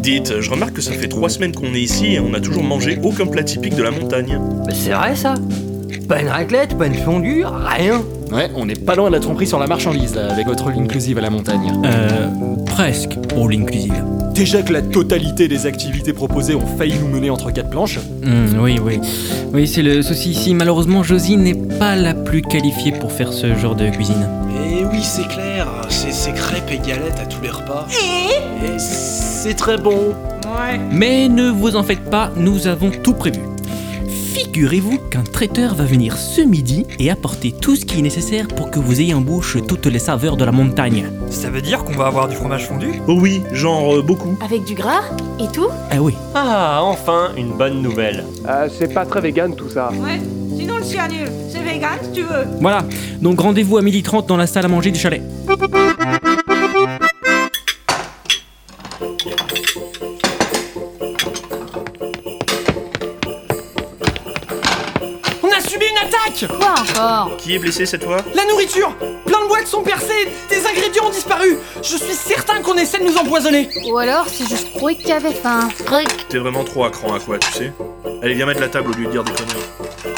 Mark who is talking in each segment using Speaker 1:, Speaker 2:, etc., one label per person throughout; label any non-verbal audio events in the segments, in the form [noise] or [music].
Speaker 1: dites, je remarque que ça fait trois semaines qu'on est ici et on n'a toujours mangé aucun plat typique de la montagne.
Speaker 2: Mais c'est vrai ça Pas une raclette, pas une fondue, rien
Speaker 3: Ouais, on n'est pas loin de la tromperie sur la marchandise, là, avec votre ligne inclusive à la montagne.
Speaker 4: Euh. Presque pour l'inclusive.
Speaker 3: Déjà que la totalité des activités proposées ont failli nous mener entre quatre planches.
Speaker 4: Hmm, oui, oui. Oui, c'est le souci ici. Malheureusement, Josie n'est pas la plus qualifiée pour faire ce genre de cuisine.
Speaker 5: Et Eh oui, c'est clair, c'est c'est crêpes et galettes à tous les repas.
Speaker 2: Eh
Speaker 5: Et c'est très bon.
Speaker 4: Mais ne vous en faites pas, nous avons tout prévu. Figurez-vous qu'un traiteur va venir ce midi et apporter tout ce qui est nécessaire pour que vous ayez en bouche toutes les saveurs de la montagne.
Speaker 6: Ça veut dire qu'on va avoir du fromage fondu
Speaker 1: Oh oui, genre euh, beaucoup.
Speaker 7: Avec du gras et tout
Speaker 4: Ah oui,
Speaker 8: Ah, enfin, une bonne nouvelle.
Speaker 9: Euh, c'est pas très vegan tout ça.
Speaker 10: Ouais, sinon le cyanure, c'est vegan si tu veux.
Speaker 4: voilà. Donc rendez-vous à 12h30 dans la salle à manger du chalet.
Speaker 6: On a subi une attaque
Speaker 7: Quoi encore
Speaker 1: Qui est blessé cette fois
Speaker 6: La nourriture Plein de boîtes sont percées, des ingrédients ont disparu Je suis certain qu'on essaie de nous empoisonner
Speaker 7: Ou alors c'est juste Croix qui avait faim.
Speaker 1: T'es vraiment trop à cran à quoi, tu sais Allez, viens mettre la table au lieu de dire des conneries.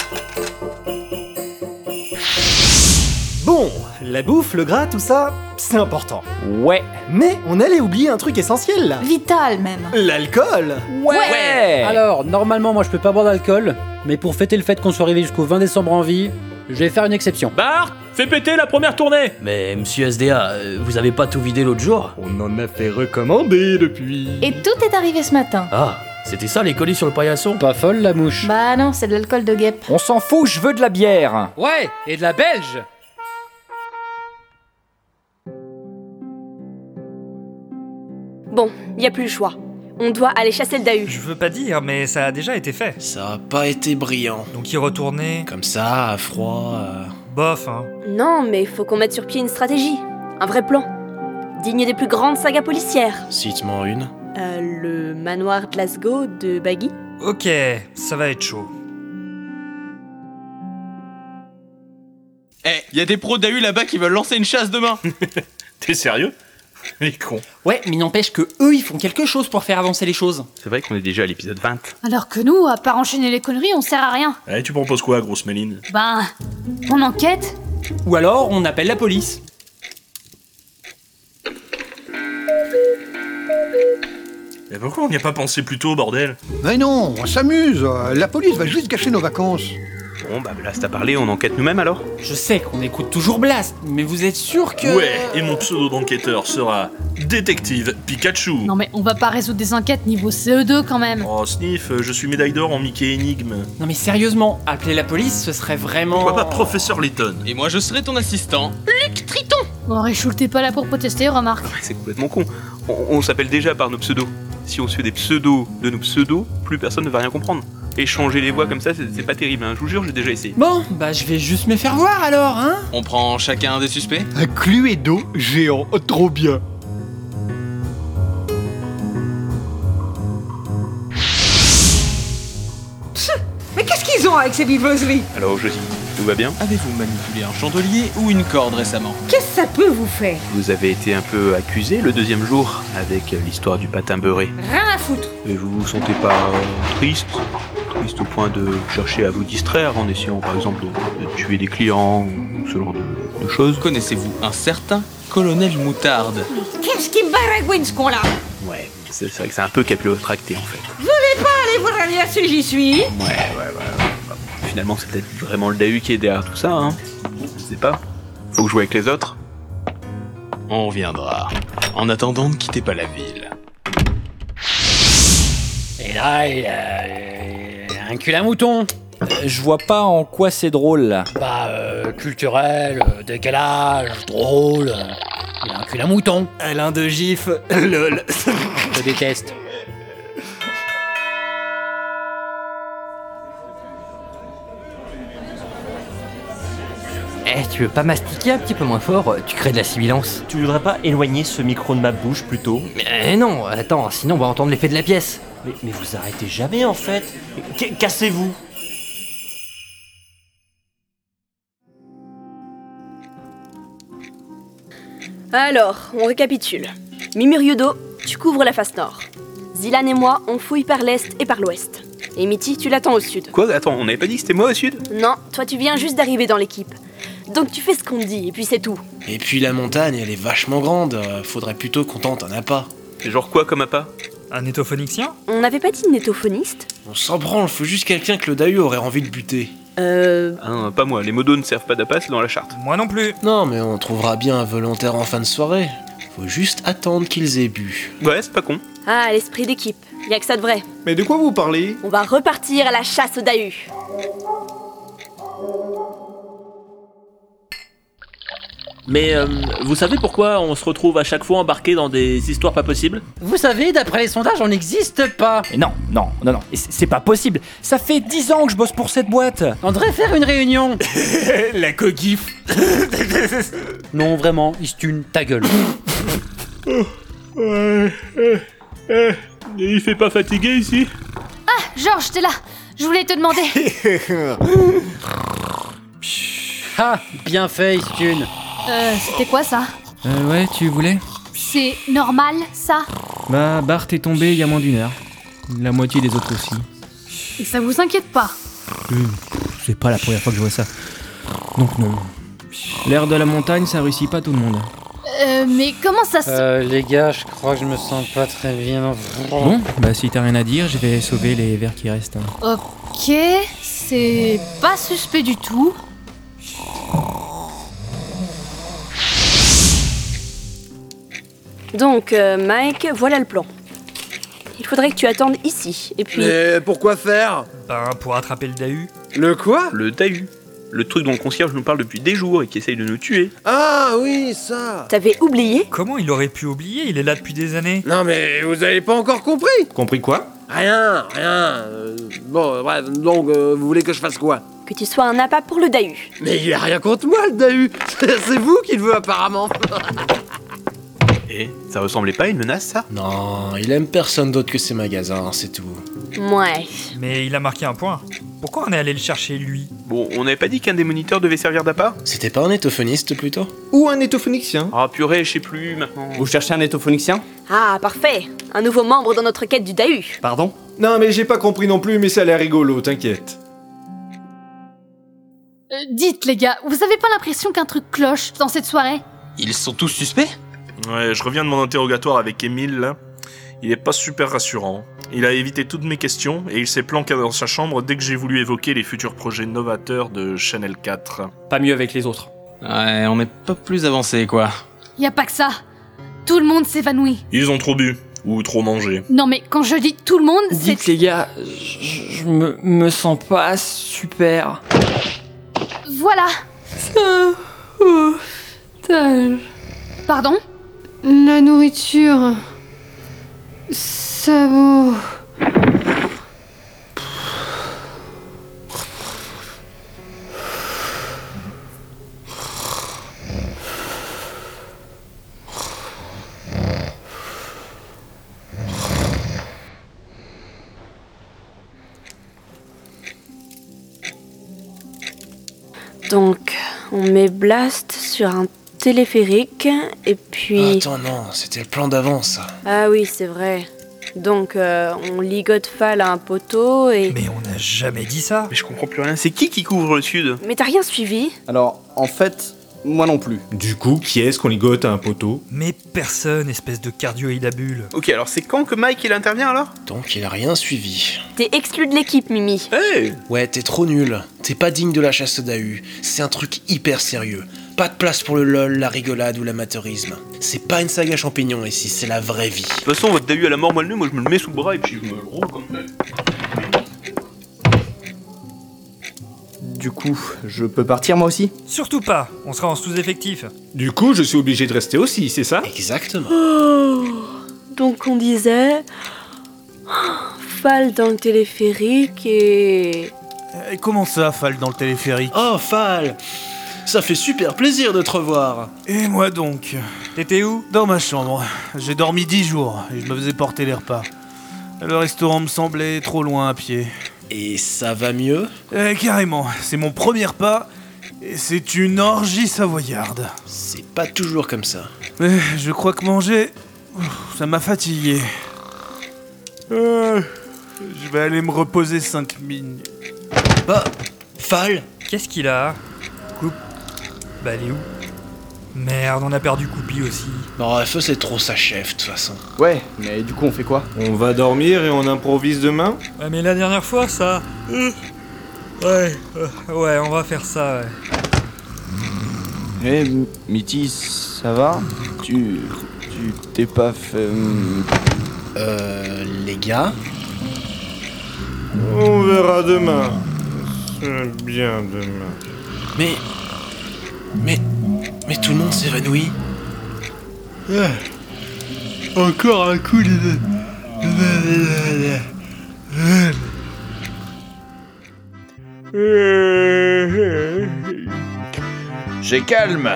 Speaker 3: Bon, la bouffe, le gras, tout ça, c'est important.
Speaker 6: Ouais
Speaker 3: Mais on allait oublier un truc essentiel là.
Speaker 7: Vital même.
Speaker 3: L'alcool
Speaker 11: Alors, normalement, moi je peux pas boire d'alcool, mais pour fêter le fait qu'on soit arrivé jusqu'au 20 décembre en vie, je vais faire une exception.
Speaker 4: Bah.
Speaker 8: Bart, fais péter la première tournée
Speaker 2: Mais monsieur SDA, euh, vous avez pas tout vidé l'autre jour
Speaker 3: On en a fait recommander depuis.
Speaker 7: Et tout est arrivé ce matin.
Speaker 2: Ah, c'était ça les colis sur le paillasson
Speaker 11: Pas folle la mouche.
Speaker 7: Bah non, c'est de l'alcool de guêpe.
Speaker 6: On s'en fout, je veux de la bière
Speaker 11: Ouais, et de la belge
Speaker 12: Bon, y a plus le choix. On doit aller chasser le Dahu.
Speaker 6: Je veux pas dire, mais ça a déjà été fait.
Speaker 5: Ça a pas été brillant.
Speaker 6: Donc y retourner...
Speaker 5: Comme ça, à froid. euh,
Speaker 6: Bof, hein.
Speaker 12: Non, mais faut qu'on mette sur pied une stratégie, un vrai plan. Digne des plus grandes sagas policières.
Speaker 5: Cite-moi une.
Speaker 12: Euh, le manoir Glasgow de Baggy
Speaker 6: Ok, ça va être chaud.
Speaker 13: Eh, y a des pros d'AU là-bas qui veulent lancer une chasse demain.
Speaker 1: T'es [laughs] sérieux Les cons.
Speaker 2: Ouais, mais n'empêche que eux, ils font quelque chose pour faire avancer les choses.
Speaker 13: C'est vrai qu'on est déjà à l'épisode 20.
Speaker 7: Alors que nous, à part enchaîner les conneries, on sert à rien.
Speaker 1: Allez, Eh, tu proposes quoi, grosse Méline
Speaker 7: Ben, on enquête
Speaker 2: Ou alors, on appelle la police.
Speaker 1: Mais pourquoi on n'y a pas pensé plus tôt, bordel
Speaker 9: Mais non, on s'amuse. euh, La police va juste gâcher nos vacances.
Speaker 13: Bon, bah là, t'as parlé, on enquête nous-mêmes alors
Speaker 2: Je sais qu'on écoute toujours Blast, mais vous êtes sûr que...
Speaker 1: Ouais, et mon pseudo d'enquêteur sera Détective Pikachu.
Speaker 7: Non mais on va pas résoudre des enquêtes niveau CE2 quand même.
Speaker 1: Oh, Sniff, euh, je suis médaille d'or en Mickey Énigme.
Speaker 2: Non mais sérieusement, appeler la police, ce serait vraiment... euh,
Speaker 1: Pourquoi pas Professeur Layton
Speaker 13: Et moi, je serai ton assistant.
Speaker 7: Bon, Richoul, t'es pas là pour protester, remarque.
Speaker 13: Ouais, c'est complètement con. On, on s'appelle déjà par nos pseudos. Si on suit des pseudos de nos pseudos, plus personne ne va rien comprendre. Échanger les voix comme ça, c'est c'est pas terrible, hein. je vous jure, j'ai déjà essayé.
Speaker 2: Bon, bah je vais juste me faire voir alors, hein
Speaker 13: On prend chacun des suspects
Speaker 9: Un Cluedo géant, oh, trop bien.
Speaker 10: Mais qu'est-ce qu'ils ont avec ces biveuseries
Speaker 13: Alors, Josie, tout va bien
Speaker 8: Avez-vous manipulé un chandelier ou une corde récemment
Speaker 10: Qu'est-ce que ça peut vous faire
Speaker 13: Vous avez été un peu accusé le deuxième jour avec l'histoire du patin beurré.
Speaker 10: Rien à foutre.
Speaker 13: Et vous vous sentez pas euh, triste Triste au point de chercher à vous distraire en essayant par exemple de, de tuer des clients ou ce genre de, de choses
Speaker 8: Connaissez-vous un certain colonel Moutarde
Speaker 10: Qu'est-ce qu'ils baragouinent ce con-là
Speaker 13: Ouais, c'est c'est vrai que c'est un peu capillotracté en fait.
Speaker 10: Allez vous derrière si j'y suis
Speaker 13: Ouais, ouais, ouais. ouais. Finalement, c'est peut-être vraiment le Dahu qui est derrière tout ça, hein Je sais pas. Faut jouer avec les autres
Speaker 8: On reviendra. En attendant, ne quittez pas la ville.
Speaker 11: Et là, il a un cul à mouton
Speaker 2: Je vois pas en quoi c'est drôle là.
Speaker 11: Bah, euh, culturel, euh, décalage, drôle... euh, Il a un cul à mouton
Speaker 3: Alain de Gif, [laughs] lol.
Speaker 11: Je déteste.
Speaker 2: Eh, tu veux pas mastiquer un petit peu moins fort euh, Tu crées de la sibilance.
Speaker 8: Tu voudrais pas éloigner ce micro de ma bouche plutôt
Speaker 2: Mais non, attends, sinon on va entendre l'effet de la pièce.
Speaker 8: mais, mais vous arrêtez jamais en fait Qu- Cassez-vous
Speaker 12: Alors, on récapitule. Mimiriodo, tu couvres la face nord. Zilan et moi, on fouille par l'est et par l'ouest. Et Mitty, tu l'attends au sud.
Speaker 13: Quoi Attends, on n'avait pas dit que c'était moi au sud
Speaker 12: Non, toi tu viens juste d'arriver dans l'équipe. Donc tu fais ce qu'on te dit, et puis c'est tout.
Speaker 5: Et puis la montagne, elle est vachement grande. euh, Faudrait plutôt qu'on tente un appât.
Speaker 13: Genre quoi comme appât
Speaker 5: Un étophonixien
Speaker 12: On n'avait pas dit nétophoniste
Speaker 5: On s'en branle, faut juste quelqu'un que le Dahu aurait envie de buter.
Speaker 12: Euh.
Speaker 13: Ah non, pas moi, les modos ne servent pas d'appât, c'est dans la charte.
Speaker 5: Moi non plus. Non, mais on trouvera bien un volontaire en fin de soirée. Faut juste attendre qu'ils aient bu.
Speaker 13: Ouais, c'est pas con.
Speaker 12: Ah, l'esprit d'équipe. Y a que ça de vrai.
Speaker 5: Mais de quoi vous parlez
Speaker 12: On va repartir à la chasse au Dahu.
Speaker 14: Mais euh, vous savez pourquoi on se retrouve à chaque fois embarqué dans des histoires pas possibles
Speaker 11: Vous savez, d'après les sondages, on n'existe pas.
Speaker 2: Mais non, non, non, non, et c'est c'est pas possible. Ça fait 10 ans que je bosse pour cette boîte.
Speaker 11: On devrait faire une réunion.
Speaker 2: La coquif.
Speaker 11: [laughs] non, vraiment, Istune, ta gueule.
Speaker 14: il fait pas fatigué ici
Speaker 7: Ah, Georges, t'es là Je voulais te demander.
Speaker 11: [laughs] ah, bien fait, Istune.
Speaker 7: euh, c'était quoi ça
Speaker 15: Euh, ouais, tu voulais
Speaker 7: C'est normal, ça
Speaker 15: Bah, Bart est tombé il y a moins d'une heure. La moitié des autres aussi.
Speaker 7: Et ça vous inquiète pas
Speaker 15: Hum, C'est pas la première fois que je vois ça. Donc non. L'air de la montagne, ça réussit pas tout le monde.
Speaker 7: Euh, mais comment ça se...
Speaker 11: Euh, les gars, je crois que je me sens pas très bien.
Speaker 15: Bon, bah si t'as rien à dire, je vais sauver les verres qui restent. hein.
Speaker 7: Ok, c'est pas suspect du tout.
Speaker 12: Donc, euh, Mike, voilà le plan. Il faudrait que tu attendes ici, et puis.
Speaker 13: Mais
Speaker 9: pourquoi faire
Speaker 13: Ben, pour attraper le Dahu.
Speaker 9: Le quoi
Speaker 13: Le Dahu. Le truc dont le concierge nous parle depuis des jours et qui essaye de nous tuer.
Speaker 9: Ah oui, ça
Speaker 12: T'avais oublié
Speaker 16: Comment il aurait pu oublier Il est là depuis des années.
Speaker 9: Non mais vous avez pas encore compris
Speaker 16: Compris quoi
Speaker 9: Rien, rien. euh, bon, euh, bref, donc euh, vous voulez que je fasse quoi
Speaker 12: Que tu sois un appât pour le Dahu.
Speaker 9: Mais il a rien contre moi, le Dahu [laughs] C'est vous qui le veut apparemment
Speaker 13: Et ça ressemblait pas à une menace, ça
Speaker 5: Non, il aime personne d'autre que ses magasins, c'est tout.
Speaker 12: Ouais.
Speaker 16: Mais il a marqué un point. Pourquoi on est allé le chercher lui
Speaker 13: Bon, on n'avait pas dit qu'un des moniteurs devait servir d'appât
Speaker 5: C'était pas un étophoniste plutôt
Speaker 13: Ou un étophonixien Ah purée, je sais plus maintenant.
Speaker 16: Vous cherchez un étophonixien
Speaker 12: Ah, parfait Un nouveau membre dans notre quête du Dahu.
Speaker 16: Pardon
Speaker 17: Non, mais j'ai pas compris non plus, mais ça a l'air rigolo, t'inquiète.
Speaker 7: Euh, dites, les gars, vous avez pas l'impression qu'un truc cloche dans cette soirée
Speaker 1: Ils sont tous suspects Ouais, je reviens de mon interrogatoire avec Émile, là. Il est pas super rassurant. Il a évité toutes mes questions et il s'est planqué dans sa chambre dès que j'ai voulu évoquer les futurs projets novateurs de Channel 4.
Speaker 16: Pas mieux avec les autres.
Speaker 8: Ouais, on n'est pas plus avancé, quoi.
Speaker 7: Y a pas que ça. Tout le monde s'évanouit.
Speaker 1: Ils ont trop bu ou trop mangé.
Speaker 7: Non mais quand je dis tout le monde, c'est...
Speaker 16: les gars, je je me, me sens pas super.
Speaker 7: Voilà Pardon
Speaker 18: La nourriture. Ça vaut.
Speaker 12: Donc, on met Blast sur un téléphérique, et puis.
Speaker 5: Ah, Attends, non, c'était le plan d'avant, ça.
Speaker 12: Ah oui, c'est vrai. Donc, euh, on ligote Fall à un poteau et. Mais,
Speaker 16: On n'a jamais dit ça.
Speaker 13: Mais je comprends plus rien. C'est qui qui couvre le sud
Speaker 12: t'as rien suivi
Speaker 16: Alors, en fait, moi non plus.
Speaker 17: Du coup, qui est-ce qu'on ligote à un poteau
Speaker 16: Mais personne, espèce de cardioïdabule.
Speaker 13: Ok, alors c'est quand que Mike il intervient alors
Speaker 5: Donc il a rien suivi.
Speaker 12: T'es exclu de l'équipe, Mimi.
Speaker 5: Ouais, t'es trop nul. T'es pas digne de la chasse au Dahu. C'est un truc hyper sérieux. Pas de place pour le lol, la rigolade ou l'amateurisme. C'est pas une saga champignon ici, c'est la vraie vie.
Speaker 13: De toute façon, votre Dahu à la mort, moi le nez, moi je me le mets sous le bras et puis je me le roule comme ça.
Speaker 16: Du coup, je peux partir moi aussi
Speaker 17: Surtout pas, on sera en sous-effectif. Du coup, je suis obligé de rester aussi, c'est ça
Speaker 5: Exactement.
Speaker 12: Donc, on disait. oh, Fall dans le téléphérique et.
Speaker 19: Et comment ça, Fall dans le téléphérique
Speaker 5: Oh, Fall Ça fait super plaisir de te revoir
Speaker 19: Et moi donc T'étais où Dans ma chambre. J'ai dormi dix jours et je me faisais porter les repas. Le restaurant me semblait trop loin à pied. Euh,
Speaker 5: Et ça va mieux
Speaker 19: Carrément, c'est mon premier pas et c'est une orgie savoyarde. Euh,
Speaker 5: C'est pas toujours comme ça.
Speaker 19: Mais je crois que manger, ça m'a fatigué.
Speaker 13: Euh, je vais aller me reposer 5 minutes. Bah, Fal
Speaker 3: Qu'est-ce qu'il a Coupe Bah, elle est où Merde, on a perdu Coupi aussi.
Speaker 20: Non, feu c'est trop sa chef, de toute façon.
Speaker 17: Ouais, mais du coup on fait quoi
Speaker 21: On va dormir et on improvise demain
Speaker 3: Ouais, mais la dernière fois, ça. Euh, Ouais, euh, ouais, on va faire ça, ouais.
Speaker 17: Eh, M- Mitty, ça va Tu. Tu t'es pas fait. hum,
Speaker 20: Euh. Les gars
Speaker 21: On verra demain. C'est bien demain.
Speaker 20: Mais. Mais. Mais tout le monde s'évanouit.
Speaker 22: Encore un coup de...
Speaker 23: C'est calme.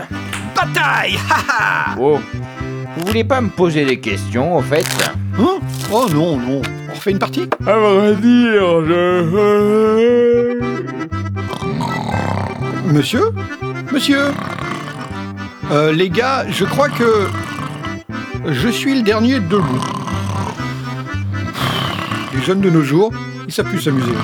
Speaker 24: Bataille haha
Speaker 23: Oh. Vous voulez pas me poser des questions, au fait
Speaker 25: Hein Oh non, non. On refait une partie
Speaker 23: À vrai dire, je...
Speaker 25: Monsieur Monsieur Euh, Les gars, je crois que. Je suis le dernier debout. Les jeunes de nos jours, ils savent plus s'amuser.